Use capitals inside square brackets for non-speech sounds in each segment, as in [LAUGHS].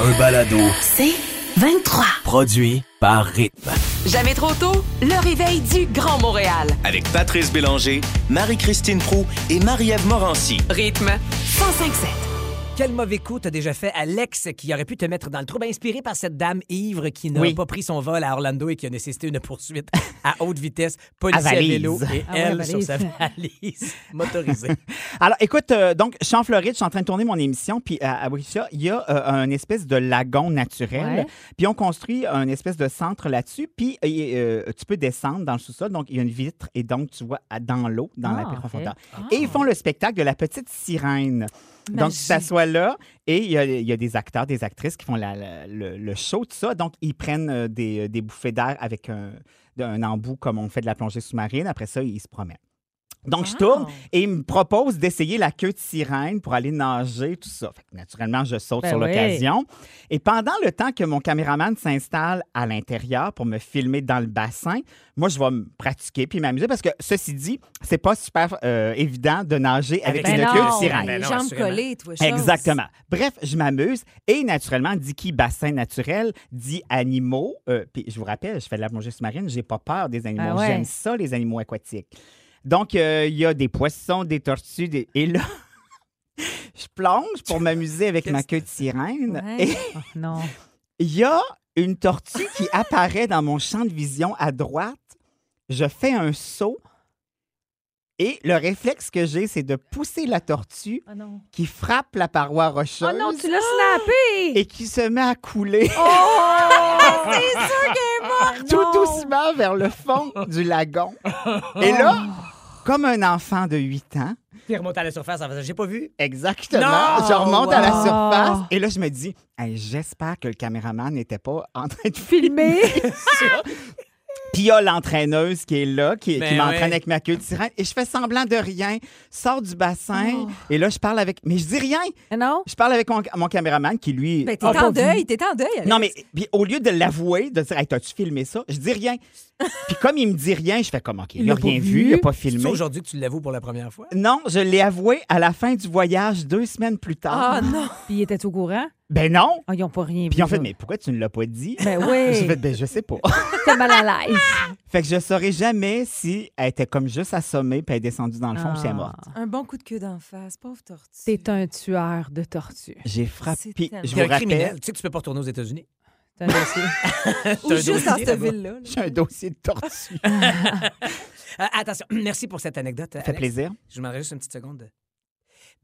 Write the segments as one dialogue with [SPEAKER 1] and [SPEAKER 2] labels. [SPEAKER 1] Un balado
[SPEAKER 2] C'est 23.
[SPEAKER 1] produit par Rythme.
[SPEAKER 2] Jamais trop tôt, le réveil du Grand Montréal.
[SPEAKER 3] avec Patrice Bélanger, Marie-Christine Prou et Marie-Ève Morancy.
[SPEAKER 2] Rythme 105.7.
[SPEAKER 4] Quel mauvais coup t'as déjà fait, Alex, qui aurait pu te mettre dans le trouble, Ben, inspiré par cette dame ivre qui n'a
[SPEAKER 5] Oui.
[SPEAKER 4] pas pris son vol à Orlando et qui a nécessité une poursuite à haute vitesse, policier à,
[SPEAKER 5] valise.
[SPEAKER 4] vélo et
[SPEAKER 6] Ah ouais,
[SPEAKER 4] elle
[SPEAKER 6] valise.
[SPEAKER 4] sur sa [LAUGHS] valise
[SPEAKER 5] [LAUGHS]
[SPEAKER 4] motorisée.
[SPEAKER 5] Alors, écoute, euh, donc, je suis en Floride, je suis en train de tourner mon émission, puis à, à Waukesha, il y a euh, une espèce de lagon naturel,
[SPEAKER 6] Ouais.
[SPEAKER 5] puis on construit un espèce de centre là-dessus, puis euh, euh, tu peux descendre dans le sous-sol, donc il y a une vitre, et donc tu vois à- dans l'eau, dans la
[SPEAKER 6] Ah,
[SPEAKER 5] profondeur.
[SPEAKER 6] ok.
[SPEAKER 5] Et ils font le spectacle de la petite sirène. Donc, tu
[SPEAKER 6] Magique.
[SPEAKER 5] t'assois là et il y, a- il y a des acteurs, des actrices qui font la- la- le, le show, tout ça. Donc, ils prennent euh, des, des bouffées d'air avec un, d'un embout comme on fait de la plongée sous-marine. Après ça, ils se promènent. Donc, je tourne et il me propose d'essayer la queue de sirène pour aller nager, tout ça. Fait que, naturellement, je saute
[SPEAKER 6] Ben
[SPEAKER 5] sur
[SPEAKER 6] oui.
[SPEAKER 5] l'occasion. Et pendant le temps que mon caméraman s'installe à l'intérieur pour me filmer dans le bassin, moi, je vais me pratiquer puis m'amuser parce que, ceci dit, c'est pas super euh, évident de nager avec
[SPEAKER 4] Ben
[SPEAKER 5] une
[SPEAKER 4] non.
[SPEAKER 5] queue de sirène.
[SPEAKER 4] Ben
[SPEAKER 6] les
[SPEAKER 4] non,
[SPEAKER 6] jambes
[SPEAKER 4] assurément.
[SPEAKER 6] collées, toi, chose.
[SPEAKER 5] Exactement. Bref, je m'amuse. Et naturellement, dit qui bassin naturel, dit animaux. Euh, puis je vous rappelle, je fais de la plongée sous-marine, j'ai pas peur des animaux.
[SPEAKER 6] Ah ouais.
[SPEAKER 5] J'aime ça, les animaux aquatiques. Donc, euh, il y a des poissons, des tortues, des... et là, [LAUGHS] je plonge pour m'amuser avec ma queue de sirène.
[SPEAKER 6] Ouais.
[SPEAKER 5] Et
[SPEAKER 6] Oh, non.
[SPEAKER 5] il y a une tortue qui
[SPEAKER 6] [LAUGHS]
[SPEAKER 5] apparaît dans mon champ de vision à droite. Je fais un saut. Et le réflexe que j'ai, c'est de pousser la tortue
[SPEAKER 6] Oh non.
[SPEAKER 5] qui frappe la paroi rocheuse
[SPEAKER 6] Oh non, tu l'as snappé!
[SPEAKER 5] [LAUGHS] et qui se met à couler
[SPEAKER 6] Oh! C'est sûr qu'elle est morte!
[SPEAKER 5] tout
[SPEAKER 6] Non.
[SPEAKER 5] doucement vers
[SPEAKER 6] [LAUGHS]
[SPEAKER 5] le fond du lagon. Et là, comme un enfant de 8 ans,
[SPEAKER 4] Qui remonte à la surface en faisant J'ai pas vu.
[SPEAKER 5] exactement,
[SPEAKER 4] Non!
[SPEAKER 5] je remonte à la
[SPEAKER 6] Wow.
[SPEAKER 5] surface et là, je me dis, Hey, j'espère que le caméraman n'était pas en train de
[SPEAKER 6] Filmé!
[SPEAKER 5] [LAUGHS] Puis il y a l'entraîneuse qui est là, qui,
[SPEAKER 4] Ben
[SPEAKER 5] qui m'entraîne
[SPEAKER 4] ouais.
[SPEAKER 5] avec ma queue de sirène. Et je fais semblant de rien, sors du bassin.
[SPEAKER 6] Oh.
[SPEAKER 5] Et là, je parle avec. Mais je dis rien.
[SPEAKER 6] Ah, non?
[SPEAKER 5] Je parle avec mon, mon caméraman qui, lui.
[SPEAKER 6] Ben, t'es
[SPEAKER 5] a Ah, pas
[SPEAKER 6] en
[SPEAKER 5] vu.
[SPEAKER 6] deuil, t'es en deuil. Alex.
[SPEAKER 5] Non, mais puis au lieu de l'avouer, de dire, hey, t'as-tu filmé ça? Je dis rien. puis comme il me dit rien, je fais comme, OK, il
[SPEAKER 6] Il
[SPEAKER 5] n'a
[SPEAKER 6] l'a pas
[SPEAKER 5] rien
[SPEAKER 6] vu.
[SPEAKER 5] vu, il n'a pas
[SPEAKER 4] C'est
[SPEAKER 5] filmé.
[SPEAKER 4] aujourd'hui que tu l'avoues pour la première fois.
[SPEAKER 5] Non, je l'ai avoué à la fin du voyage, deux semaines plus tard.
[SPEAKER 6] Ah non!
[SPEAKER 7] Puis ils étaient au courant.
[SPEAKER 5] Ben non!
[SPEAKER 7] Ah, ils n'ont pas rien
[SPEAKER 5] Puis
[SPEAKER 7] vu.
[SPEAKER 5] en fait,
[SPEAKER 7] là.
[SPEAKER 5] mais pourquoi tu ne l'as pas dit?
[SPEAKER 7] Ben
[SPEAKER 6] Ah,
[SPEAKER 5] J'ai fait,
[SPEAKER 7] oui.
[SPEAKER 5] ben je sais pas. [LAUGHS]
[SPEAKER 6] T'es mal à l'aise.
[SPEAKER 5] fait que je saurais jamais si elle était comme juste assommée puis elle est descendue dans le fond puis elle est morte.
[SPEAKER 6] [LAUGHS]
[SPEAKER 7] Ah.
[SPEAKER 6] Un bon coup de queue d'en face, pauvre tortue.
[SPEAKER 7] T'es un tueur de tortues.
[SPEAKER 5] J'ai frappé.
[SPEAKER 6] C'est
[SPEAKER 5] Puis
[SPEAKER 6] tellement-
[SPEAKER 4] T'es
[SPEAKER 5] je vous
[SPEAKER 4] un
[SPEAKER 5] rappelle,
[SPEAKER 4] criminel. Tu sais que tu peux pas retourner aux États-Unis.
[SPEAKER 7] T'es un dossier.
[SPEAKER 6] Ou
[SPEAKER 4] [LAUGHS] T'as un
[SPEAKER 6] juste dans
[SPEAKER 4] dossier
[SPEAKER 6] cette
[SPEAKER 4] là-bas.
[SPEAKER 6] ville-là. là.
[SPEAKER 5] j'ai un dossier de tortue.
[SPEAKER 4] Euh, attention, [CLEARS THROAT] merci pour cette anecdote.
[SPEAKER 5] Ça fait plaisir.
[SPEAKER 4] Je vous demanderai juste une petite seconde.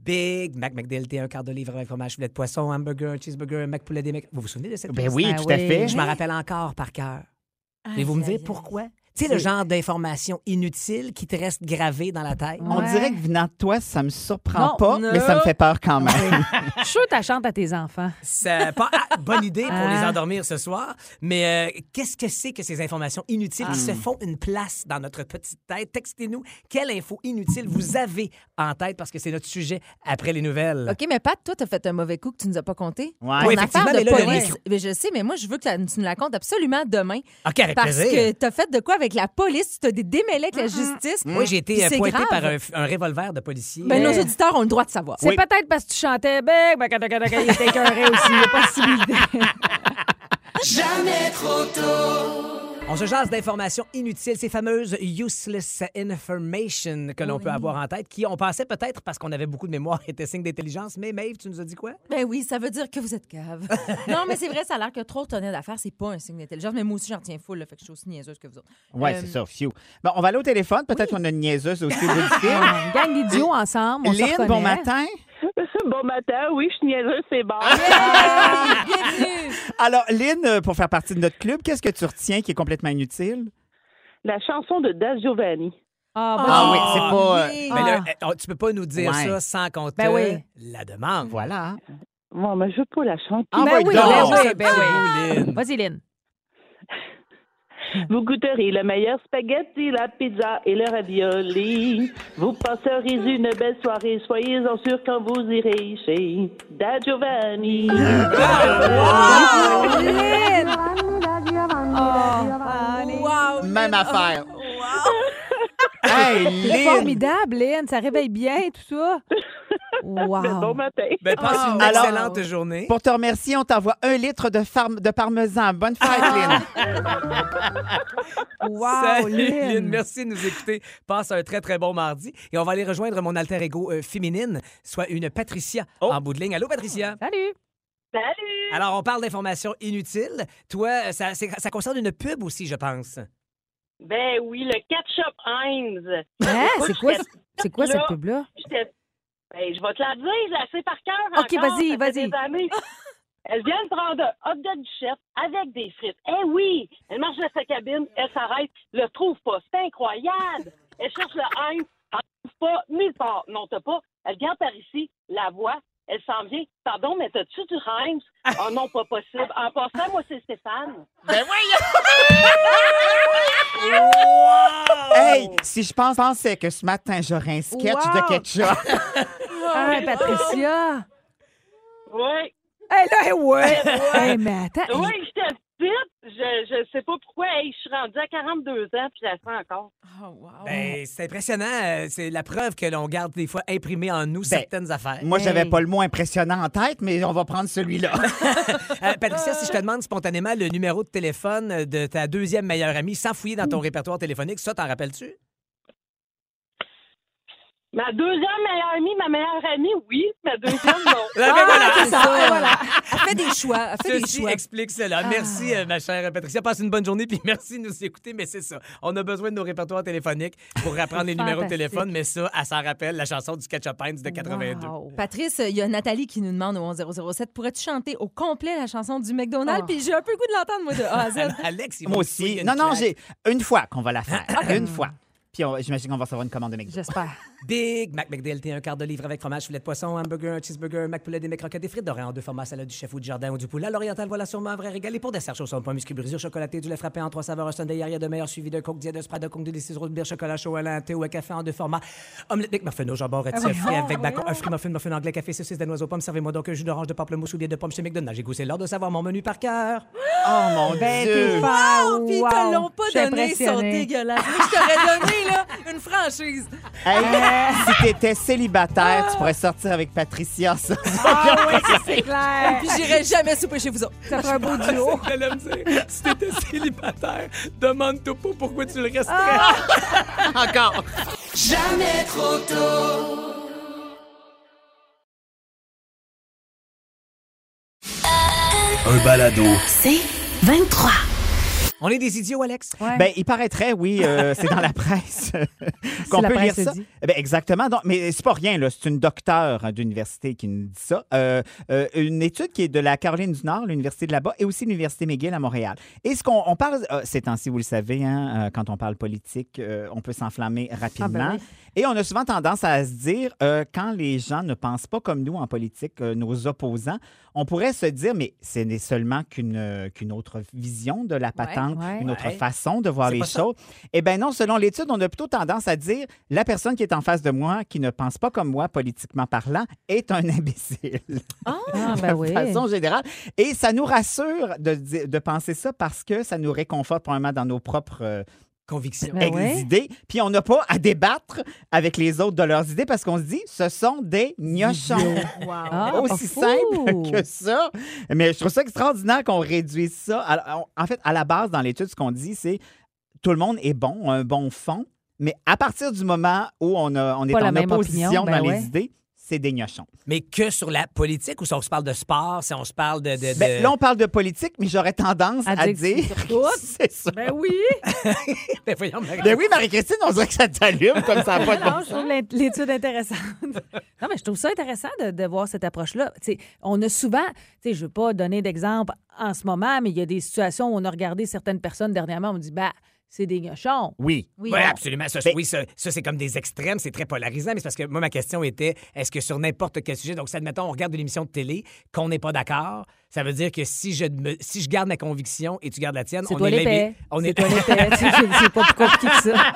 [SPEAKER 4] Big Mac McDLT, un quart de livre avec fromage, filet de poisson, hamburger, cheeseburger, Mac poulet des mecs. Vous vous souvenez de cette
[SPEAKER 5] Ben
[SPEAKER 4] liste?
[SPEAKER 5] oui,
[SPEAKER 7] Ah
[SPEAKER 5] tout à
[SPEAKER 7] oui.
[SPEAKER 5] fait.
[SPEAKER 4] Je m'en rappelle encore par cœur. Mais vous me direz pourquoi? Tu sais, le genre d'information inutile qui te reste gravée dans la tête.
[SPEAKER 5] On
[SPEAKER 7] Ouais.
[SPEAKER 5] dirait que venant de toi, ça me surprend
[SPEAKER 7] Non,
[SPEAKER 5] pas, mais ça me fait peur quand même.
[SPEAKER 7] Je suis sûre que tu chantes à tes enfants.
[SPEAKER 4] Ça- pas- ah, bonne idée pour les
[SPEAKER 7] Ah.
[SPEAKER 4] endormir ce soir, mais euh, qu'est-ce que c'est que ces informations inutiles qui se
[SPEAKER 6] Ah.
[SPEAKER 4] font une place dans notre petite tête? Textez-nous quelle info inutile vous avez en tête parce que c'est notre sujet après les nouvelles.
[SPEAKER 6] OK, mais Pat, toi, t'as fait un mauvais coup que tu nous as pas compté.
[SPEAKER 5] [LAUGHS] Ouais.
[SPEAKER 6] Ton
[SPEAKER 5] Oui,
[SPEAKER 6] affaire
[SPEAKER 4] effectivement,
[SPEAKER 6] de
[SPEAKER 4] mais là, le
[SPEAKER 6] police.
[SPEAKER 4] risque.
[SPEAKER 6] Mais je sais, mais moi, je veux que la- tu nous la comptes absolument demain.
[SPEAKER 4] OK, avec
[SPEAKER 6] Parce
[SPEAKER 4] plaisir. Mm-hmm.
[SPEAKER 6] que t'as fait de quoi avec la police? Tu t'as des démêlés avec la justice.
[SPEAKER 4] Oui, j'ai été
[SPEAKER 6] Puis
[SPEAKER 4] euh,
[SPEAKER 6] c'est
[SPEAKER 4] pointé
[SPEAKER 6] grave.
[SPEAKER 4] par un, un revolver de policier.
[SPEAKER 6] Ben,
[SPEAKER 7] Mais-
[SPEAKER 6] nos auditeurs ont le droit de savoir.
[SPEAKER 7] C'est peut-être parce que tu chantais ben, Bec, bec, bec, bec, il était écœuré aussi. Il y a possibilité.
[SPEAKER 4] Euh, On se jase d'informations inutiles, ces fameuses useless information que
[SPEAKER 6] Ah
[SPEAKER 4] l'on peut avoir en tête, qui on pensait peut-être parce qu'on avait beaucoup de mémoire [LAUGHS] était signe d'intelligence, mais Maeve, tu nous as dit quoi?
[SPEAKER 6] Ben oui, ça veut dire que vous êtes cave. [LAUGHS] non, mais c'est vrai, ça a l'air que trop tonner d'affaires, c'est pas un signe d'intelligence. Mais moi aussi, j'en tiens full, là, fait que je suis aussi niaiseuse que vous autres.
[SPEAKER 5] Oui,
[SPEAKER 6] Euh,
[SPEAKER 5] c'est ça, phew. Bon, on va aller au téléphone. Peut-être qu'on a une niaiseuse aussi au bout
[SPEAKER 7] [LAUGHS]
[SPEAKER 5] du fil.
[SPEAKER 7] On gagne des duos ensemble. Ah, On se
[SPEAKER 5] Lynn, bon
[SPEAKER 7] reconnaît.
[SPEAKER 5] matin.
[SPEAKER 8] [LAUGHS] Bon matin, oui, je suis niaiseuse, c'est bon.
[SPEAKER 7] Ah!
[SPEAKER 6] Hey, bienvenue!
[SPEAKER 5] Alors, Lynn, euh, pour faire partie de notre club, qu'est-ce que tu retiens qui est complètement inutile?
[SPEAKER 8] [LAUGHS] La chanson de Das Giovanni.
[SPEAKER 7] Ah, bon.
[SPEAKER 5] Ah oui, c'est pas. euh,
[SPEAKER 6] oui.
[SPEAKER 4] Mais là,
[SPEAKER 7] Ah.
[SPEAKER 4] euh, oh, tu peux pas nous dire
[SPEAKER 5] Ouais.
[SPEAKER 4] ça sans qu'on te
[SPEAKER 7] Ben oui.
[SPEAKER 4] la demande.
[SPEAKER 5] voilà.
[SPEAKER 8] Moi, mais ben, je veux pas la chanter.
[SPEAKER 5] Envoie donc.
[SPEAKER 7] oui, ben
[SPEAKER 4] oui,
[SPEAKER 7] oui, ben
[SPEAKER 4] oui.
[SPEAKER 7] Vas-y, Lynn. Ah!
[SPEAKER 8] Vous goûterez le meilleur spaghetti, la pizza et le ravioli. Vous passerez une belle soirée, soyez-en sûrs quand vous irez chez Da Giovanni.
[SPEAKER 7] Ah!
[SPEAKER 6] Wow!
[SPEAKER 5] Même affaire. [LAUGHS] Hey,
[SPEAKER 7] Oh, C'est
[SPEAKER 5] Lynn!
[SPEAKER 7] formidable, Lynn. Ça réveille bien, tout ça.
[SPEAKER 8] Mais bon
[SPEAKER 7] Wow.
[SPEAKER 8] matin.
[SPEAKER 7] Oh.
[SPEAKER 4] Ben, passe
[SPEAKER 6] Ah,
[SPEAKER 4] une
[SPEAKER 5] ouais.
[SPEAKER 4] excellente
[SPEAKER 6] Alors-
[SPEAKER 4] journée.
[SPEAKER 5] Pour te remercier, on t'envoie un litre de, farm- de parmesan. Bonne fête,
[SPEAKER 7] Ah,
[SPEAKER 5] Lynn!
[SPEAKER 7] oh. Wow,
[SPEAKER 4] Salut,
[SPEAKER 7] Lynn.
[SPEAKER 4] Lynn. Merci de nous écouter. Passe un très, très bon mardi. Et on va aller rejoindre mon alter ego euh, féminine, soit une Patricia en bout de ligne. Allô, Patricia?
[SPEAKER 7] Salut.
[SPEAKER 8] Salut!
[SPEAKER 4] Alors, on parle d'informations inutiles. Toi, euh, ça, c'est- ça concerne une pub aussi, je pense.
[SPEAKER 8] Ben oui, le ketchup Heinz.
[SPEAKER 7] Hein,
[SPEAKER 8] Écoute,
[SPEAKER 7] c'est quoi,
[SPEAKER 8] j'étais-
[SPEAKER 7] c'est quoi
[SPEAKER 8] là.
[SPEAKER 7] cette pub-là?
[SPEAKER 8] j'étais- Ben, je vais te la dire, je la sais par cœur.
[SPEAKER 7] Ok,
[SPEAKER 8] encore,
[SPEAKER 7] vas-y,
[SPEAKER 8] ça fait
[SPEAKER 7] vas-y.
[SPEAKER 8] des
[SPEAKER 7] [LAUGHS]
[SPEAKER 8] années. Elle vient de prendre un hot dog du chef avec des frites. Eh oui! Elle marche dans sa cabine, elle s'arrête, le trouve pas. C'est incroyable! Elle cherche le Heinz, elle le trouve pas nulle part. Non, t'as pas. Elle vient par ici, la voit, elle s'en vient. Pardon, mais t'as-tu du Heinz? Oh non, pas possible. En passant, moi, c'est Stéphane.
[SPEAKER 5] Hey, si je pense, pensais que ce matin, j'aurais un sketch
[SPEAKER 7] Wow.
[SPEAKER 5] de ketchup. [LAUGHS]
[SPEAKER 7] Ah, Patricia.
[SPEAKER 8] Oui,
[SPEAKER 7] Hey, là, hey, ouais. Hey, mais attends.
[SPEAKER 8] oui, j'étais petite. Je, je sais pas pourquoi. Hey, je suis rendue à 42 ans, puis je la sens encore.
[SPEAKER 6] Oh, wow.
[SPEAKER 4] Ben, c'est impressionnant. Euh, C'est la preuve que l'on garde des fois imprimé en nous
[SPEAKER 7] Ben,
[SPEAKER 4] certaines affaires.
[SPEAKER 5] Moi, j'avais
[SPEAKER 7] Hey.
[SPEAKER 5] pas le mot impressionnant en tête, mais on va prendre celui-là.
[SPEAKER 4] Euh, Patricia, si je te demande spontanément le numéro de téléphone euh, de ta deuxième meilleure amie sans fouiller dans ton répertoire téléphonique, ça, t'en rappelles-tu?
[SPEAKER 8] Ma deuxième meilleure amie, ma meilleure amie, oui. Ma deuxième, non.
[SPEAKER 4] Ah, ben voilà.
[SPEAKER 6] C'est ça, ouais, voilà. Elle fait des choix. Elle fait des
[SPEAKER 4] Ceci
[SPEAKER 6] choix.
[SPEAKER 4] explique cela. Merci, euh, ma chère Patricia. Passe une bonne journée, puis [LAUGHS] merci de nous écouter. Mais c'est ça. On a besoin de nos répertoires téléphoniques pour rapprendre les numéros de
[SPEAKER 7] Fantastique.
[SPEAKER 4] téléphone. Mais ça, elle s'en rappelle, la chanson du Ketchup Heinz de 82.
[SPEAKER 7] Wow.
[SPEAKER 6] Patrice, il y a Nathalie qui nous demande au 11007 pourrais-tu chanter au complet la chanson du McDonald's?
[SPEAKER 7] Oh.
[SPEAKER 6] Puis j'ai un peu le goût de l'entendre, moi, de A à Z.
[SPEAKER 4] Alex, il va
[SPEAKER 5] Moi
[SPEAKER 4] nous
[SPEAKER 5] aussi.
[SPEAKER 4] fouiller une
[SPEAKER 5] Non, non,
[SPEAKER 4] claque. Ah,
[SPEAKER 5] j'ai une fois qu'on va la faire. Une fois. Puis on- j'imagine qu'on va recevoir une commande de McDo.
[SPEAKER 7] J'espère.
[SPEAKER 4] Big Mac McDLT, un quart de livre avec fromage, filet de poisson, hamburger, cheeseburger, Mac poulet, des mecs croquettes, des frites dorées en deux formats, salade du chef ou du jardin ou du poulet. À L'oriental, voilà sûrement un vrai régal. Et pour dessert chaud, son point muscu brisure, chocolaté, du lait frappé en trois saveurs, un sundae arrière de meilleur suivi d'un coke diète, de spray de coke, de décis de bière, chocolat chaud à la thé ou à café en deux formats. Omelette McMuffin au jambon, rôti frais avec bacon, un fruit muffin, muffin anglais, café, saucisse d'anoise aux pommes. Servez-moi donc un jus d'orange de pamplemousse ou bien de pommes chez McDonald's. J'ai goûté l'heure de savoir mon menu par cœur.
[SPEAKER 5] Oh mon
[SPEAKER 7] Ben,
[SPEAKER 5] Dieu!
[SPEAKER 7] t'es fort.
[SPEAKER 6] Puis ils te l'ont pas
[SPEAKER 7] Je suis
[SPEAKER 6] donné, ils sont
[SPEAKER 7] impressionnée.
[SPEAKER 6] dégueulasses. Moi, je t'aurais donné, là, une franchise.
[SPEAKER 5] Hey, si t'étais célibataire,
[SPEAKER 4] Ah.
[SPEAKER 5] tu pourrais sortir avec Patricia, ça.
[SPEAKER 7] Ah oui, c'est clair.
[SPEAKER 6] Puis j'irai jamais souper chez vous autres.
[SPEAKER 7] Ça ferait un beau
[SPEAKER 6] [LAUGHS]
[SPEAKER 7] duo.
[SPEAKER 4] [LAUGHS] Je me dire, si t'étais célibataire, demande-toi pas pourquoi tu le restes. Ah! [LAUGHS]
[SPEAKER 5] Encore!
[SPEAKER 1] Un balado.
[SPEAKER 2] C'est 23.
[SPEAKER 4] On est des idiots, Alex.
[SPEAKER 7] Ouais.
[SPEAKER 5] Ben, il paraîtrait, oui,
[SPEAKER 7] [LAUGHS]
[SPEAKER 5] euh, c'est dans la presse [LAUGHS] qu'on
[SPEAKER 7] la
[SPEAKER 5] peut
[SPEAKER 7] presse
[SPEAKER 5] lire ça.
[SPEAKER 7] le dit.
[SPEAKER 5] Ben, exactement. Donc, mais c'est pas rien, là. C'est une docteure hein, d'université qui nous dit ça. Euh, euh, une étude qui est de la Caroline du Nord, l'université de là-bas, et aussi l'université McGill à Montréal. Et ce qu'on on parle, euh, ces temps-ci, vous le savez, hein, euh, quand on parle politique, euh, on peut s'enflammer rapidement.
[SPEAKER 7] Ah, ben oui.
[SPEAKER 5] Et on a souvent tendance à se dire, euh, quand les gens ne pensent pas comme nous en politique, euh, nos opposants, on pourrait se dire, mais ce n'est seulement qu'une euh, qu'une autre vision de la patente,
[SPEAKER 7] ouais.
[SPEAKER 5] une autre
[SPEAKER 4] Ouais.
[SPEAKER 5] façon de voir
[SPEAKER 4] C'est
[SPEAKER 5] les
[SPEAKER 4] pas ça.
[SPEAKER 5] choses. Eh bien non, selon l'étude, on a plutôt tendance à dire la personne qui est en face de moi, qui ne pense pas comme moi politiquement parlant, est un [LAUGHS] imbécile.
[SPEAKER 7] Ah, ben oui.
[SPEAKER 5] De façon générale. Et ça nous rassure de, di- de penser ça parce que ça nous réconforte probablement dans nos propres euh,
[SPEAKER 4] Conviction.
[SPEAKER 7] Ben
[SPEAKER 5] ex-
[SPEAKER 7] ouais.
[SPEAKER 5] idées. Puis on n'a pas à débattre avec les autres de leurs idées parce qu'on se dit ce sont des gnochons.
[SPEAKER 7] Ah,
[SPEAKER 5] Aussi
[SPEAKER 7] fou.
[SPEAKER 5] simple [LAUGHS] que ça. Mais je trouve ça extraordinaire qu'on réduise ça. à- on- en fait, à la base, dans l'étude, ce qu'on dit, c'est tout le monde est bon, un bon fond, mais à partir du moment où on, a- on est
[SPEAKER 7] Pas la
[SPEAKER 5] en
[SPEAKER 7] même
[SPEAKER 5] opposition
[SPEAKER 7] opinion, ben
[SPEAKER 5] dans
[SPEAKER 7] ouais.
[SPEAKER 5] les idées, c'est des gnochons.
[SPEAKER 4] Mais que sur la politique ou si on se parle de sport, si on se parle de. de, de-
[SPEAKER 5] Ben, là, on parle de politique, mais j'aurais tendance
[SPEAKER 7] À
[SPEAKER 5] à,
[SPEAKER 7] dire
[SPEAKER 5] [LAUGHS]
[SPEAKER 7] que
[SPEAKER 5] dire. c'est ça.
[SPEAKER 7] Ben oui.
[SPEAKER 4] Ben [LAUGHS] voyons, Marie.
[SPEAKER 5] Ben oui, Marie-Christine, on dirait que ça t'allume comme ça a pas de bon
[SPEAKER 7] [LAUGHS] Non, je trouve l'int- l'étude intéressante. [LAUGHS] non, mais je trouve ça intéressant de, de voir cette approche-là. Tu sais, on a souvent, tu sais, je ne veux pas donner d'exemple en ce moment, mais il y a des situations où on a regardé certaines personnes dernièrement, on me dit, bah, c'est des gâchons.
[SPEAKER 5] Oui.
[SPEAKER 7] Oui,
[SPEAKER 4] Ouais,
[SPEAKER 7] bon.
[SPEAKER 4] absolument. Ça,
[SPEAKER 5] Ben-
[SPEAKER 4] oui, ça, ça, c'est comme des extrêmes, c'est très polarisant. Mais c'est parce que moi, ma question était est-ce que sur n'importe quel sujet, donc, si, admettons, on regarde une émission de télé, qu'on n'est pas d'accord, Ça veut dire que si je, me- si je garde ma conviction et tu gardes la tienne,
[SPEAKER 7] C'est
[SPEAKER 4] on
[SPEAKER 7] toi
[SPEAKER 4] est
[SPEAKER 7] l'épais.
[SPEAKER 4] levé. On
[SPEAKER 7] C'est
[SPEAKER 4] est
[SPEAKER 7] toi l'épais. Tu sais, c'est c'est pas plus compliqué que ça.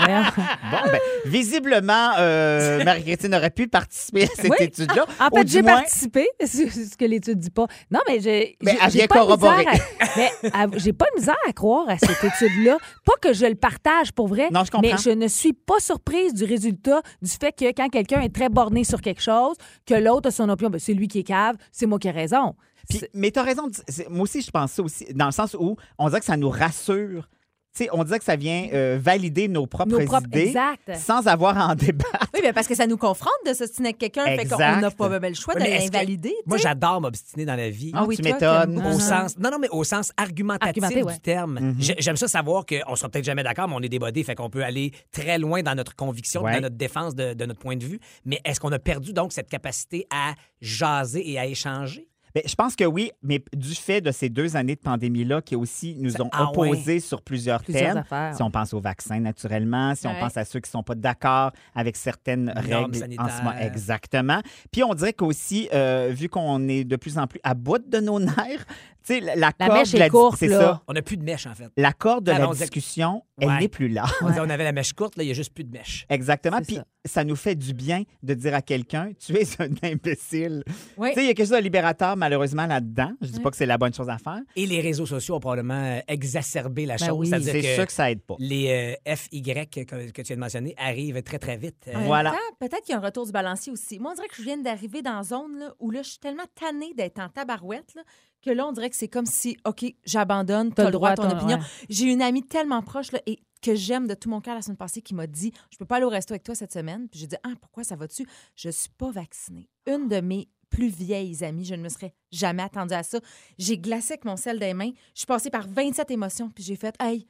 [SPEAKER 7] Voyons.
[SPEAKER 5] Bon, ben, visiblement, euh,
[SPEAKER 7] [LAUGHS]
[SPEAKER 5] Marie-Christine aurait pu participer à cette
[SPEAKER 7] Oui.
[SPEAKER 5] étude-là.
[SPEAKER 7] En
[SPEAKER 5] Ou
[SPEAKER 7] fait,
[SPEAKER 5] du
[SPEAKER 7] j'ai
[SPEAKER 5] moins-
[SPEAKER 7] participé, [LAUGHS] c'est c'est ce que l'étude dit pas. Non, mais j'ai.
[SPEAKER 5] Mais
[SPEAKER 7] j'ai-
[SPEAKER 5] elle
[SPEAKER 7] j'ai
[SPEAKER 5] vient
[SPEAKER 7] pas de
[SPEAKER 5] corroborer.
[SPEAKER 7] misère à- mais à- j'ai pas de misère à croire à cette étude-là. Pas que je le partage pour vrai.
[SPEAKER 5] Non, je comprends.
[SPEAKER 7] Mais je ne suis pas surprise du résultat du fait que quand quelqu'un est très borné sur quelque chose, que l'autre a son opinion, ben, c'est lui qui est cave, c'est moi qui ai raison.
[SPEAKER 5] Puis- mais t'as raison. de- c'est- Moi aussi, je pense ça aussi, dans le sens où on dirait que ça nous rassure. Tu sais, on dirait que ça vient euh, valider nos propres
[SPEAKER 7] Nos propres-
[SPEAKER 5] idées
[SPEAKER 7] exact.
[SPEAKER 5] sans avoir à en [LAUGHS] débattre.
[SPEAKER 6] Oui, bien parce que ça nous confronte de s'obstiner avec quelqu'un. Fait qu'on
[SPEAKER 5] Exact.
[SPEAKER 6] n'a pas ben, ben, le choix de
[SPEAKER 4] Mais est-ce que-
[SPEAKER 6] l'invalider.
[SPEAKER 4] [LAUGHS] Moi,
[SPEAKER 6] tu sais.
[SPEAKER 4] j'adore m'obstiner dans la vie.
[SPEAKER 5] Ah oui,
[SPEAKER 6] oui,
[SPEAKER 5] tu
[SPEAKER 6] toi,
[SPEAKER 5] m'étonnes.
[SPEAKER 6] t'aimes
[SPEAKER 4] Au
[SPEAKER 6] Mhm.
[SPEAKER 4] sens, non, non, mais au sens argumentatif
[SPEAKER 7] ah. Argumenté, ouais.
[SPEAKER 4] du terme.
[SPEAKER 5] Mhm.
[SPEAKER 4] J'ai- J'aime ça savoir qu'on sera peut-être jamais d'accord, mais on est débodé, fait qu'on peut aller très loin dans notre conviction,
[SPEAKER 5] Ouais.
[SPEAKER 4] dans notre défense de, de notre point de vue. Mais est-ce qu'on a perdu donc cette capacité à jaser et à échanger?
[SPEAKER 5] Ben, je pense que oui, mais du fait de ces deux années de pandémie-là qui aussi nous ont
[SPEAKER 4] Ah ouais.
[SPEAKER 5] opposés sur plusieurs,
[SPEAKER 7] Plusieurs
[SPEAKER 5] thèmes,
[SPEAKER 7] affaires.
[SPEAKER 5] si on pense aux vaccins naturellement, si
[SPEAKER 6] Ouais.
[SPEAKER 5] on pense à ceux qui ne sont pas d'accord avec certaines
[SPEAKER 4] Normes
[SPEAKER 5] règles en ce moment,
[SPEAKER 4] sanitaires.
[SPEAKER 5] exactement. Puis on dirait qu'aussi, euh, vu qu'on est de plus en plus à bout de nos [LAUGHS] nerfs, tu sais, la, la
[SPEAKER 7] La
[SPEAKER 5] corde
[SPEAKER 7] mèche
[SPEAKER 5] de
[SPEAKER 7] est
[SPEAKER 5] la dis-
[SPEAKER 7] courte,
[SPEAKER 5] c'est
[SPEAKER 7] là.
[SPEAKER 5] ça,
[SPEAKER 4] On n'a plus de mèche, en fait.
[SPEAKER 5] la corde de
[SPEAKER 4] Ah,
[SPEAKER 5] la
[SPEAKER 4] on dirait-
[SPEAKER 5] discussion,
[SPEAKER 4] Ouais.
[SPEAKER 5] elle n'est plus là.
[SPEAKER 4] On, disait, on avait la mèche courte, là, il n'y a juste plus de mèche.
[SPEAKER 5] [LAUGHS] Exactement.
[SPEAKER 7] C'est
[SPEAKER 5] Puis
[SPEAKER 7] ça.
[SPEAKER 5] ça. nous fait du bien de dire à quelqu'un, tu es un imbécile.
[SPEAKER 6] Oui.
[SPEAKER 5] Tu sais, il y a quelque chose de libérateur, malheureusement, là-dedans. Je dis pas que c'est la bonne chose à faire.
[SPEAKER 4] Et les réseaux sociaux ont probablement euh, exacerbé la
[SPEAKER 7] Ben
[SPEAKER 4] chose.
[SPEAKER 7] oui.
[SPEAKER 4] C'est-à-dire
[SPEAKER 5] C'est
[SPEAKER 4] que
[SPEAKER 5] sûr que ça aide pas.
[SPEAKER 4] les euh, FY que, que tu viens de mentionner arrivent très, très vite.
[SPEAKER 6] En
[SPEAKER 4] Euh,
[SPEAKER 6] même
[SPEAKER 5] Voilà.
[SPEAKER 6] temps, Peut-être qu'il y a un retour du balancier aussi. Moi, on dirait que je viens d'arriver dans une zone là, où là, je suis tellement tannée d'être en tabarouette là, que là, on dirait que c'est comme si, OK, j'abandonne, t'as le droit à ton opinion.
[SPEAKER 7] ouais.
[SPEAKER 6] J'ai une amie tellement proche là, et que j'aime de tout mon cœur la semaine passée qui m'a dit Je peux pas aller au resto avec toi cette semaine. Puis j'ai dit Ah, pourquoi ça va dessus Je suis pas vaccinée. Une de mes plus vieilles amies, je ne me serais jamais attendue à ça. J'ai glacé avec mon sel des mains. Je suis passée par 27 émotions, puis j'ai fait Hey,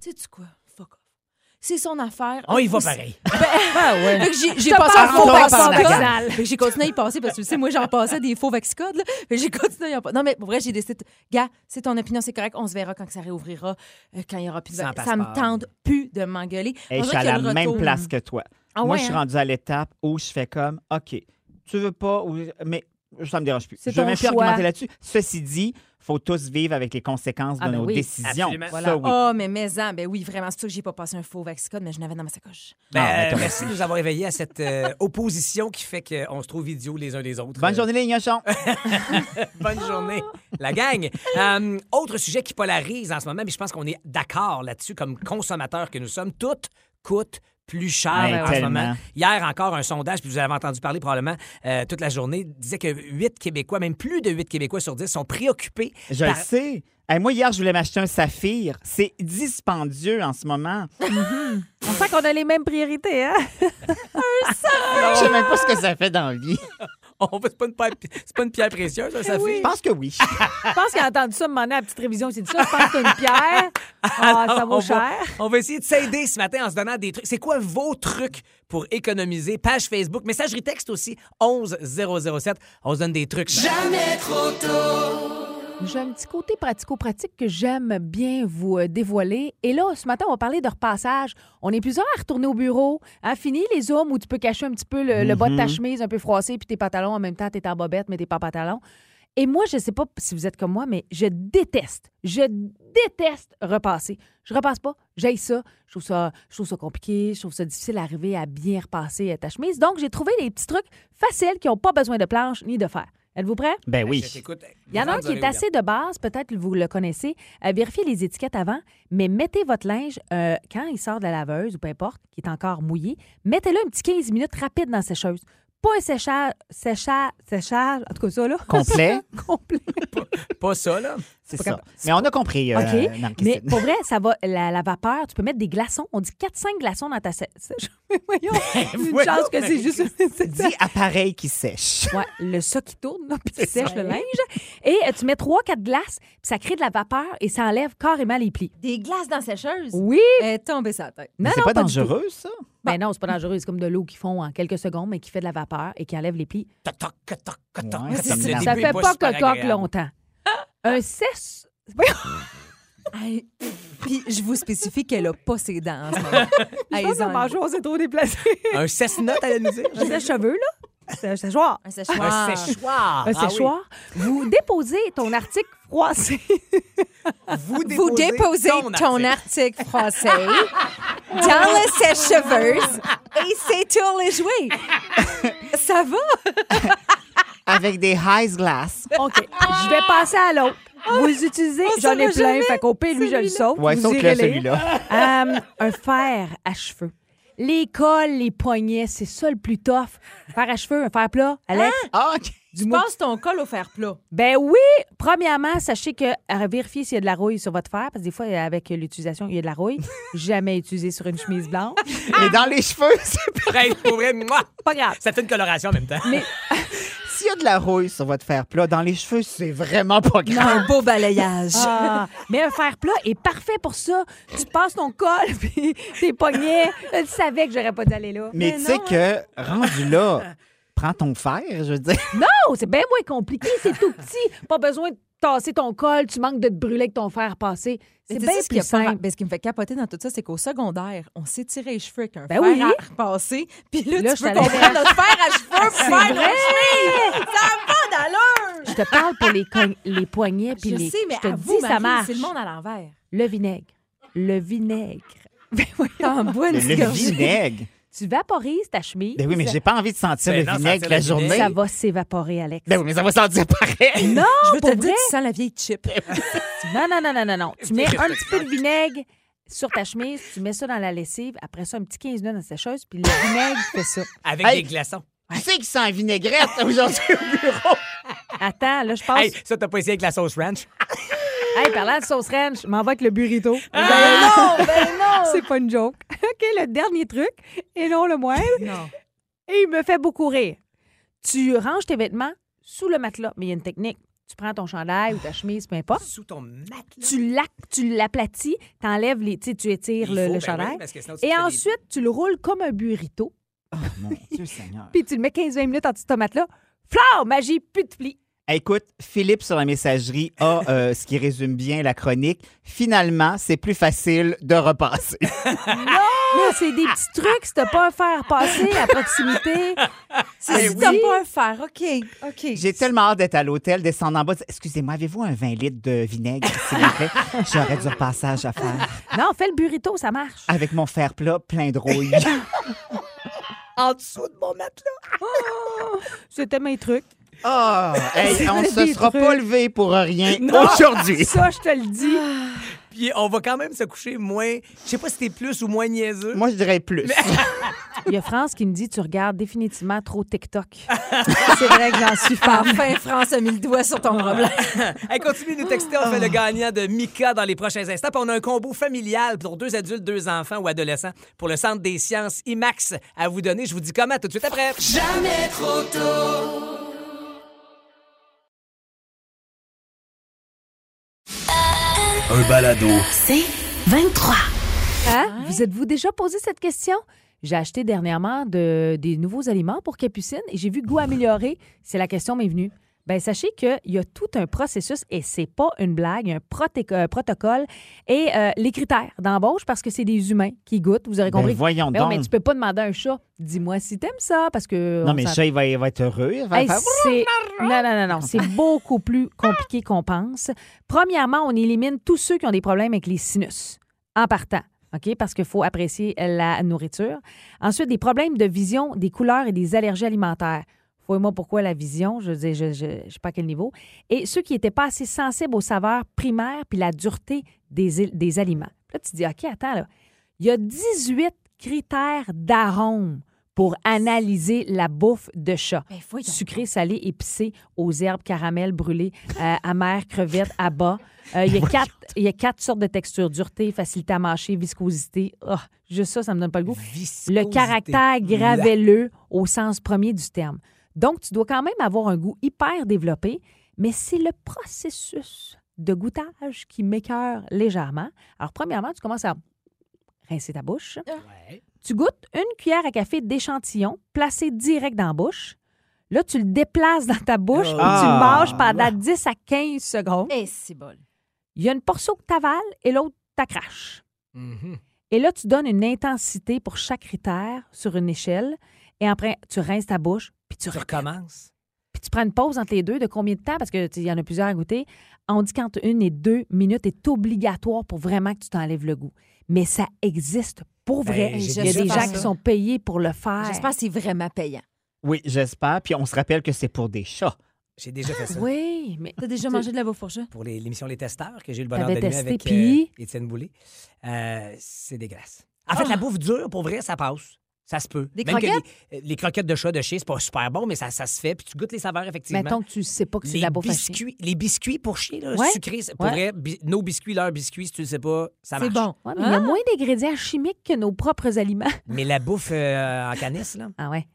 [SPEAKER 6] tu sais quoi Fuck off. C'est son affaire.
[SPEAKER 4] On y va
[SPEAKER 6] Aussi-
[SPEAKER 4] pareil.
[SPEAKER 7] Ah ouais.
[SPEAKER 6] Fait que j'ai- j'ai
[SPEAKER 7] te
[SPEAKER 6] passé un
[SPEAKER 7] parle
[SPEAKER 6] faux
[SPEAKER 7] pas, Pascal.
[SPEAKER 6] vaccin. Fait que J'ai continué à y passer parce que tu sais, moi, j'en passais des faux vaccicodes. là. Fait que J'ai continué à y en passer. Non, mais pour vrai, j'ai décidé. de- Gars, c'est ton opinion, c'est correct. On se verra quand que ça réouvrira, euh, quand il y aura plus de
[SPEAKER 4] Sans
[SPEAKER 6] vaccin. Ça me
[SPEAKER 4] passeport.
[SPEAKER 6] tente plus de m'engueuler.
[SPEAKER 5] Hey,
[SPEAKER 6] On
[SPEAKER 5] je
[SPEAKER 6] dirait
[SPEAKER 5] suis à
[SPEAKER 6] qu'il y a
[SPEAKER 5] la
[SPEAKER 6] le
[SPEAKER 5] même
[SPEAKER 6] retour.
[SPEAKER 5] place que toi.
[SPEAKER 6] Ah
[SPEAKER 5] Moi,
[SPEAKER 6] ouais,
[SPEAKER 5] je suis
[SPEAKER 6] hein?
[SPEAKER 5] rendue à l'étape où je fais comme, OK, tu veux pas, ou- mais ça me dérange plus.
[SPEAKER 7] C'est
[SPEAKER 5] Je vais
[SPEAKER 7] ton
[SPEAKER 5] même plus
[SPEAKER 7] choix.
[SPEAKER 5] argumenter là-dessus. Ceci dit, faut tous vivre avec les conséquences
[SPEAKER 7] Ah,
[SPEAKER 5] de
[SPEAKER 7] ben
[SPEAKER 5] nos
[SPEAKER 7] oui.
[SPEAKER 5] décisions.
[SPEAKER 4] Absolument.
[SPEAKER 5] Ça,
[SPEAKER 4] Voilà.
[SPEAKER 5] oui.
[SPEAKER 6] Oh, mais maison, ben oui, vraiment, c'est sûr que j'ai pas passé un faux vaccicode, mais je l'avais dans ma sacoche.
[SPEAKER 4] Ben,
[SPEAKER 5] Ah, ben, t'as
[SPEAKER 4] merci de nous avoir éveillés à cette euh, opposition qui fait qu'on se trouve idiots les uns des autres.
[SPEAKER 5] Bonne
[SPEAKER 4] Euh,
[SPEAKER 5] journée, les gnochons.
[SPEAKER 4] Bonne journée, la gang. Euh, autre sujet qui polarise en ce moment, mais je pense qu'on est d'accord là-dessus comme consommateurs que nous sommes. Tout coûte plus cher
[SPEAKER 5] Mais
[SPEAKER 4] en
[SPEAKER 5] tellement.
[SPEAKER 4] ce moment. Hier encore, un sondage, puis vous avez entendu parler probablement euh, toute la journée, disait que 8 Québécois, même plus de 8 Québécois sur 10 sont préoccupés.
[SPEAKER 5] Je le
[SPEAKER 4] par-
[SPEAKER 5] sais. Hey, moi, hier, je voulais m'acheter un saphir. C'est dispendieux en ce moment.
[SPEAKER 7] Mm-hmm. On sent qu'on a les mêmes
[SPEAKER 4] [LAUGHS]
[SPEAKER 7] priorités, hein?
[SPEAKER 5] Je sais même pas ce que ça fait dans la vie.
[SPEAKER 4] [LAUGHS] On va- C'est pas, une pierre- c'est pas une pierre précieuse, hein, ça
[SPEAKER 5] Je
[SPEAKER 4] fait.
[SPEAKER 5] pense que Eh oui.
[SPEAKER 7] Je pense qu'il a entendu ça me demander à la petite révision. C'est dit ça, je pense que c'est une pierre. Ah, ça
[SPEAKER 4] on va,
[SPEAKER 7] vaut cher.
[SPEAKER 4] on va essayer de s'aider ce matin en se donnant des trucs. C'est quoi vos trucs pour économiser? Page Facebook, messagerie texte aussi, 11007. On se donne des trucs.
[SPEAKER 7] J'ai un petit côté pratico-pratique que j'aime bien vous euh, dévoiler. Et là, ce matin, on va parler de repassage. On est plusieurs à retourner au bureau. Hein, fini les hommes où tu peux cacher un petit peu le, le bas de ta chemise un peu froissé puis tes pantalons. En même temps, t'es en bobette, mais t'es pas en pantalon. Et moi, je sais pas si vous êtes comme moi, mais je déteste, je déteste repasser. Je repasse pas, j'aille ça. Je trouve ça, je trouve ça compliqué, je trouve ça difficile d'arriver à bien repasser euh, ta chemise. Donc, j'ai trouvé des petits trucs faciles qui n'ont pas besoin de planche ni de fer. Êtes-vous prêts?
[SPEAKER 5] [LAUGHS] Ben oui.
[SPEAKER 4] Je t'écoute.
[SPEAKER 7] Il y en a un qui est assez de base, peut-être vous le connaissez. Euh, vérifiez les étiquettes avant, mais mettez votre linge, euh, quand il sort de la laveuse ou peu importe, qui est encore mouillé, mettez-le un petit 15 minutes rapide dans la sécheuse. Pas un séchage, séchage, séchage, en tout cas ça là.
[SPEAKER 5] Complet.
[SPEAKER 7] [LAUGHS] Complet.
[SPEAKER 4] Pas ça, là.
[SPEAKER 5] C'est
[SPEAKER 7] pas
[SPEAKER 5] ça.
[SPEAKER 7] capable.
[SPEAKER 5] Mais on a compris, euh,
[SPEAKER 7] OK. Mais
[SPEAKER 5] Marie-Christine.
[SPEAKER 7] pour vrai, ça va, la, la vapeur, tu peux mettre des glaçons. On dit 4-5 glaçons dans ta sé- [LAUGHS] sécheuse. Voyons, une
[SPEAKER 4] voyons,
[SPEAKER 7] chance que c'est juste une sécheuse.
[SPEAKER 5] Dis appareil qui sèche.
[SPEAKER 7] Ouais, le ça qui tourne, là, puis tu sèches le linge. Et euh, tu mets trois, quatre glaces, puis ça crée de la vapeur et ça enlève carrément les plis.
[SPEAKER 6] Des glaces dans la sécheuse.
[SPEAKER 7] Oui!
[SPEAKER 6] Elle est tombée sur la tête.
[SPEAKER 5] Mais
[SPEAKER 7] Non,
[SPEAKER 5] c'est
[SPEAKER 7] non,
[SPEAKER 5] pas,
[SPEAKER 7] pas du
[SPEAKER 5] dangereux, ça?
[SPEAKER 7] Ben non, c'est pas dangereux. C'est comme de l'eau qui fond en quelques secondes, mais qui fait de la vapeur et qui enlève les plis.
[SPEAKER 4] Toc, toc, toc, toc, toc, toc.
[SPEAKER 5] Ouais,
[SPEAKER 4] Le
[SPEAKER 5] ça me
[SPEAKER 4] début
[SPEAKER 5] dérange.
[SPEAKER 7] Ça
[SPEAKER 4] Ah. est
[SPEAKER 7] fait pas
[SPEAKER 4] super
[SPEAKER 7] que coque
[SPEAKER 4] agréable.
[SPEAKER 7] longtemps. Un sèche.
[SPEAKER 6] Hey, Puis je vous spécifie qu'elle a pas ses [LAUGHS] dents en ce moment. Hey, Zan.
[SPEAKER 7] c'est trop déplacé.
[SPEAKER 4] Un cesse-note, à la musique.
[SPEAKER 7] Un sèche-cheveux, là. C'est un séchoir.
[SPEAKER 6] Un séchoir.
[SPEAKER 4] Un séchoir. Ah
[SPEAKER 7] Un
[SPEAKER 4] oui.
[SPEAKER 7] séchoir. Vous déposez ton article froissé.
[SPEAKER 4] Vous déposez,
[SPEAKER 6] Vous déposez ton,
[SPEAKER 4] [LAUGHS]
[SPEAKER 6] article français dans le sèche-cheveux et c'est tout les jouets. Ça va?
[SPEAKER 5] Avec des highs glass.
[SPEAKER 7] OK. Je vais passer à l'autre. Vous utilisez,
[SPEAKER 6] Ah on
[SPEAKER 7] j'en ai
[SPEAKER 6] saura
[SPEAKER 7] plein,
[SPEAKER 6] jamais
[SPEAKER 7] fait qu'au pire, lui, je le saute.
[SPEAKER 5] Ouais,
[SPEAKER 7] vous
[SPEAKER 5] saute-le,
[SPEAKER 7] irez lire.
[SPEAKER 5] celui-là.
[SPEAKER 7] Euh, un fer à cheveux. Les cols, les poignets, c'est ça le plus tough. Fer à cheveux, un fer plat, Alex.
[SPEAKER 5] Ah, OK.
[SPEAKER 6] Tu passes ton col au fer plat.
[SPEAKER 7] Ben oui, premièrement, sachez que à vérifier s'il y a de la rouille sur votre fer, parce que des fois, avec l'utilisation, il y a de la rouille. [LAUGHS] Jamais utilisé sur une chemise blanche.
[SPEAKER 5] Et dans les cheveux, [LAUGHS] c'est pas-
[SPEAKER 4] Hey, pour vrai, moi,
[SPEAKER 7] [LAUGHS] Pas grave.
[SPEAKER 4] ça fait une coloration en même temps.
[SPEAKER 5] S'il y a de la rouille sur votre fer plat, dans les cheveux, c'est vraiment
[SPEAKER 7] [LAUGHS]
[SPEAKER 5] pas grave.
[SPEAKER 6] Un beau balayage.
[SPEAKER 7] Ah, mais un fer plat est parfait pour ça. Tu passes ton col, [LAUGHS] puis tes poignets. Tu savais que j'aurais pas d'aller là.
[SPEAKER 5] Mais, hein. tu sais
[SPEAKER 7] non.
[SPEAKER 5] que, rendu [LAUGHS] là, prends ton fer, je veux dire.
[SPEAKER 7] Non, c'est bien moins compliqué. C'est tout petit. Pas besoin de tasser ton col. Tu manques de te brûler avec ton fer passé. C'est bien
[SPEAKER 6] ce qui
[SPEAKER 7] plus
[SPEAKER 6] a pas-
[SPEAKER 7] simple.
[SPEAKER 6] ben, ce qui me fait capoter dans tout ça, c'est qu'au secondaire, on s'est tiré les cheveux avec un fer
[SPEAKER 7] Ben oui.
[SPEAKER 6] à repasser. [LAUGHS] Puis là,
[SPEAKER 7] Là,
[SPEAKER 6] tu
[SPEAKER 7] je
[SPEAKER 6] veux
[SPEAKER 7] suis allée
[SPEAKER 6] qu'on prenne notre fer à cheveux pour faire
[SPEAKER 7] vrai.
[SPEAKER 6] nos chevilles. Ça n'a pas d'allure.
[SPEAKER 7] Je te parle pour les, cogn- les poignets puis
[SPEAKER 6] Je
[SPEAKER 7] les.
[SPEAKER 6] sais, mais
[SPEAKER 7] je te
[SPEAKER 6] avoue,
[SPEAKER 7] dis, ça
[SPEAKER 6] Marie,
[SPEAKER 7] marche.
[SPEAKER 6] C'est le monde à l'envers.
[SPEAKER 7] Le vinaigre.
[SPEAKER 6] [LAUGHS]
[SPEAKER 7] Le vinaigre.
[SPEAKER 6] Ben T'en bois
[SPEAKER 5] [LAUGHS]
[SPEAKER 6] une
[SPEAKER 5] Le,
[SPEAKER 6] petite
[SPEAKER 5] le
[SPEAKER 6] gorgée.
[SPEAKER 5] vinaigre.
[SPEAKER 7] Tu vaporises ta chemise.
[SPEAKER 5] Ben oui, mais j'ai pas envie de sentir
[SPEAKER 4] Ben
[SPEAKER 5] le
[SPEAKER 4] non,
[SPEAKER 5] vinaigre
[SPEAKER 4] sentir
[SPEAKER 5] la
[SPEAKER 4] le
[SPEAKER 5] journée.
[SPEAKER 4] vinaigre.
[SPEAKER 7] Ça va s'évaporer, Alex.
[SPEAKER 5] Ben oui, mais ça va sentir pareil.
[SPEAKER 7] Non,
[SPEAKER 6] Je veux te
[SPEAKER 7] Ah, pour
[SPEAKER 6] le dire,
[SPEAKER 7] vrai. Eh
[SPEAKER 6] tu sens la vieille chip.
[SPEAKER 7] Non, non, non, non, non, non. Tu mets un petit
[SPEAKER 5] [LAUGHS]
[SPEAKER 7] peu de vinaigre sur ta chemise, tu mets ça dans la lessive, après ça, un petit 15 minutes dans la sécheuse, puis le vinaigre fait ça.
[SPEAKER 4] Avec
[SPEAKER 5] Hey.
[SPEAKER 4] des glaçons.
[SPEAKER 5] Tu sais qu'il sent vinaigrette aujourd'hui au [LAUGHS] bureau.
[SPEAKER 7] Attends, là, je pense.
[SPEAKER 4] Hey,
[SPEAKER 7] Hey,
[SPEAKER 4] ça, t'as pas essayé avec la sauce ranch?
[SPEAKER 7] parlant de sauce ranch, je m'en vais avec le burrito. [LAUGHS]
[SPEAKER 6] non, ben non.
[SPEAKER 7] C'est pas une joke. [LAUGHS] OK, le dernier truc, et non le moindre,
[SPEAKER 6] Non.
[SPEAKER 7] et il me fait beaucoup rire. Tu ranges tes vêtements sous le matelas, mais il y a une technique. Tu prends ton chandail ou ta chemise, peu importe.
[SPEAKER 4] Sous ton matelas.
[SPEAKER 7] Tu l'ac- tu l'aplatis, t'enlèves les, tu sais, tu étires
[SPEAKER 4] Il
[SPEAKER 7] le,
[SPEAKER 4] faut,
[SPEAKER 7] le
[SPEAKER 4] ben
[SPEAKER 7] chandail.
[SPEAKER 4] oui, parce que sinon, tu te
[SPEAKER 7] Et
[SPEAKER 4] fais des-
[SPEAKER 7] ensuite, tu le roules comme un burrito.
[SPEAKER 5] Mon Dieu Seigneur.
[SPEAKER 7] puis tu le mets 15-20 minutes en dessous de tomate là. Flore, magie, plus de plis.
[SPEAKER 5] Écoute, Philippe sur la messagerie a euh, ce qui résume bien la chronique. Finalement, c'est plus facile de [LAUGHS] repasser.
[SPEAKER 7] Là, Ah, c'est des petits trucs, si t'as pas à faire passer à proximité.
[SPEAKER 6] C'est
[SPEAKER 7] Ah, oui.
[SPEAKER 6] si t'as pas un fer, OK. OK.
[SPEAKER 5] J'ai tellement hâte d'être à l'hôtel, descendre en bas, dire, excusez-moi, avez-vous un 20 litres de vinaigre, s'il vous [LAUGHS] plaît? J'aurais du repassage à faire
[SPEAKER 7] Non, fais le burrito, ça marche.
[SPEAKER 5] avec mon fer plat plein de [LAUGHS] rouille. en dessous de mon matelas.
[SPEAKER 7] C'était mes trucs.
[SPEAKER 5] Ah, hey, on ne se
[SPEAKER 7] des
[SPEAKER 5] sera
[SPEAKER 7] trucs.
[SPEAKER 5] pas levé pour rien
[SPEAKER 7] [LAUGHS]
[SPEAKER 5] aujourd'hui.
[SPEAKER 7] Ça, je te le dis.
[SPEAKER 4] Puis on va quand même se coucher moins. Je sais pas si t'es plus ou moins niaiseux.
[SPEAKER 5] Moi, je dirais plus.
[SPEAKER 7] Il y a France qui me dit tu regardes définitivement trop [LAUGHS] TikTok.
[SPEAKER 6] C'est vrai que j'en suis pas. Enfin, France a mis le doigt sur
[SPEAKER 7] Ah,
[SPEAKER 6] ton problème.
[SPEAKER 4] Hey, continue de nous texter. On fait le gagnant de Mika dans les prochains instants. Puis on a un combo familial pour deux adultes, deux enfants ou adolescents pour le Centre des sciences IMAX à vous donner. Je vous dis comment tout de suite après.
[SPEAKER 1] Un balado.
[SPEAKER 2] C'est 23.
[SPEAKER 7] Hein? Vous êtes-vous déjà posé cette question? J'ai acheté dernièrement de- des nouveaux aliments pour Capucine et j'ai vu goût amélioré. C'est la question m'est venue. Ben sachez qu'il y a tout un processus et c'est pas une blague, il y a un proté- euh, protocole et euh, les critères d'embauche parce que c'est des humains qui goûtent. Vous aurez
[SPEAKER 5] Ben,
[SPEAKER 7] compris.
[SPEAKER 5] voyons
[SPEAKER 7] Ben oui,
[SPEAKER 5] donc.
[SPEAKER 7] mais tu peux pas demander à un chat. Dis-moi si t'aimes ça parce que.
[SPEAKER 5] Non,
[SPEAKER 7] on
[SPEAKER 5] mais
[SPEAKER 7] s'entend.
[SPEAKER 5] ça, il va, il va être heureux. hein? Ben, Il va faire-
[SPEAKER 7] Hey, c'est... Non, non, non, non. C'est beaucoup plus compliqué qu'on pense. Premièrement, on élimine tous ceux qui ont des problèmes avec les sinus en partant. OK? Parce qu'il faut apprécier la nourriture. Ensuite, des problèmes de vision, des couleurs et des allergies alimentaires. Fouille-moi pourquoi la vision, je veux dire, je ne sais pas à quel niveau. Et ceux qui n'étaient pas assez sensibles aux saveurs primaires puis la dureté des, des aliments. Là, tu te dis, OK, attends, là. Il y a 18 critères d'arôme pour analyser la bouffe de chat
[SPEAKER 6] Ben, voyons
[SPEAKER 7] sucré, salé, épicé, aux herbes, caramel, brûlé, euh, amère, crevette, à bas. Euh, il, y a quatre, il y a quatre sortes de textures dureté, facilité à mâcher, viscosité. Ah, juste ça, ça me donne pas le goût. Le caractère gravelleux au sens premier du terme. Donc, tu dois quand même avoir un goût hyper développé, mais c'est le processus de goûtage qui m'écœure légèrement. Alors, premièrement, tu commences à rincer ta bouche. Tu goûtes une cuillère à café d'échantillon placée direct dans la bouche. Là, tu le déplaces dans ta bouche et tu le
[SPEAKER 5] Ah.
[SPEAKER 7] manges pendant 10 à 15 secondes.
[SPEAKER 6] Eh, c'est bol.
[SPEAKER 7] Il y a une portion que tu avales et l'autre t'accrache.
[SPEAKER 4] Mhm.
[SPEAKER 7] Et là, tu donnes une intensité pour chaque critère sur une échelle. Et après, tu rinces ta bouche, puis tu,
[SPEAKER 4] Tu
[SPEAKER 7] recommences.
[SPEAKER 4] recommences.
[SPEAKER 7] Puis tu prends une pause entre les deux de combien de temps? Parce qu'il y en a plusieurs à goûter. On dit qu'entre une et deux minutes est obligatoire pour vraiment que tu t'enlèves le goût. Mais ça existe pour
[SPEAKER 4] Ben,
[SPEAKER 7] vrai.
[SPEAKER 4] j'ai
[SPEAKER 7] Il y a
[SPEAKER 4] déjà
[SPEAKER 7] des
[SPEAKER 4] fait
[SPEAKER 7] gens qui
[SPEAKER 6] ça.
[SPEAKER 7] sont payés pour le faire.
[SPEAKER 6] J'espère que c'est vraiment payant.
[SPEAKER 5] Oui, j'espère. Puis on se rappelle que c'est pour des chats.
[SPEAKER 4] J'ai déjà fait ça.
[SPEAKER 7] Oui, mais
[SPEAKER 6] T'as déjà mangé de la fourchette?
[SPEAKER 4] Pour les- l'émission Les Testeurs, que j'ai eu le bonheur
[SPEAKER 7] T'avais
[SPEAKER 4] d'animer
[SPEAKER 7] testé,
[SPEAKER 4] avec
[SPEAKER 7] puis?
[SPEAKER 4] euh, Étienne Boulay. Euh, c'est dégueulasse. En
[SPEAKER 7] Ah!
[SPEAKER 4] fait, la bouffe dure, pour vrai, ça passe. Ça se peut.
[SPEAKER 6] Des
[SPEAKER 4] Même que
[SPEAKER 6] croquettes?
[SPEAKER 4] Les, euh, les croquettes de chat de chien, c'est pas super bon, mais ça, ça se fait. Puis tu goûtes les saveurs, effectivement.
[SPEAKER 7] mettons que tu sais pas que c'est
[SPEAKER 4] les
[SPEAKER 7] de la bouffe à chien.
[SPEAKER 4] biscuits, les biscuits pour chier, là,
[SPEAKER 7] Ouais.
[SPEAKER 4] sucrés, c'est- pour
[SPEAKER 7] Ouais.
[SPEAKER 4] vrai, bi- nos biscuits, leurs biscuits, si tu le sais pas, ça marche.
[SPEAKER 6] C'est bon.
[SPEAKER 7] Ouais, mais il y a
[SPEAKER 6] Ah!
[SPEAKER 7] moins d'ingrédients chimiques que nos propres aliments.
[SPEAKER 4] Mais la bouffe euh, en canisse, là,
[SPEAKER 7] Ah ouais.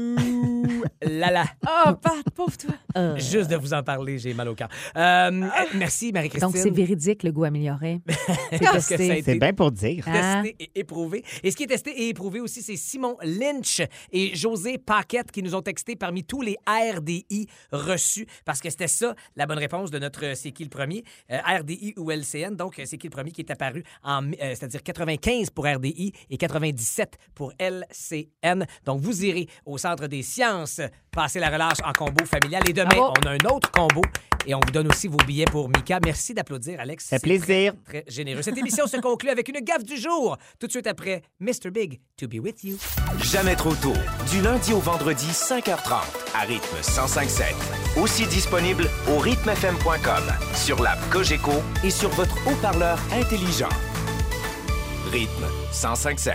[SPEAKER 4] ouh, là là,
[SPEAKER 6] Oh, Pat, pauvre toi.
[SPEAKER 4] [LAUGHS]
[SPEAKER 7] Euh,
[SPEAKER 4] juste de vous en parler, j'ai mal au cœur. Euh, merci, Marie-Christine.
[SPEAKER 7] Ah. donc c'est véridique le goût amélioré. c'est
[SPEAKER 4] Parce que ça a
[SPEAKER 7] testé.
[SPEAKER 4] été
[SPEAKER 5] C'est bien pour
[SPEAKER 4] Ah,
[SPEAKER 5] dire.
[SPEAKER 7] Hein?
[SPEAKER 4] testé et éprouvé. Et ce qui est testé et éprouvé aussi, c'est Simon Lynch et José Paquette qui nous ont texté parmi tous les RDI reçus, parce que c'était ça la bonne réponse de notre euh, C'est qui le premier, Euh, RDI ou LCN. Donc, euh, C'est qui le premier qui est apparu en, mi- euh, c'est-à-dire 95 pour RDI et 97 pour LCN. Donc, vous irez au Centre des sciences passer la relâche en combo familial. Et demain,
[SPEAKER 7] Bravo.
[SPEAKER 4] on a un autre combo et on vous donne aussi vos billets pour Mika. Merci d'applaudir, Alex.
[SPEAKER 5] C'est
[SPEAKER 4] C'est
[SPEAKER 5] plaisir.
[SPEAKER 4] très généreux. Cette émission se conclut avec une gaffe du jour. Tout de suite après, Mr. Big, To Be With You.
[SPEAKER 3] Jamais trop tôt. Du lundi au vendredi, 5h30, à rythme 105.7. Aussi disponible au rythmefm.com, sur l'app Cogeco et sur votre haut-parleur intelligent. Rythme 105.7.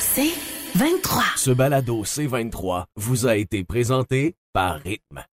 [SPEAKER 2] C'est 23.
[SPEAKER 1] Ce balado C23 vous a été présenté par Rythme.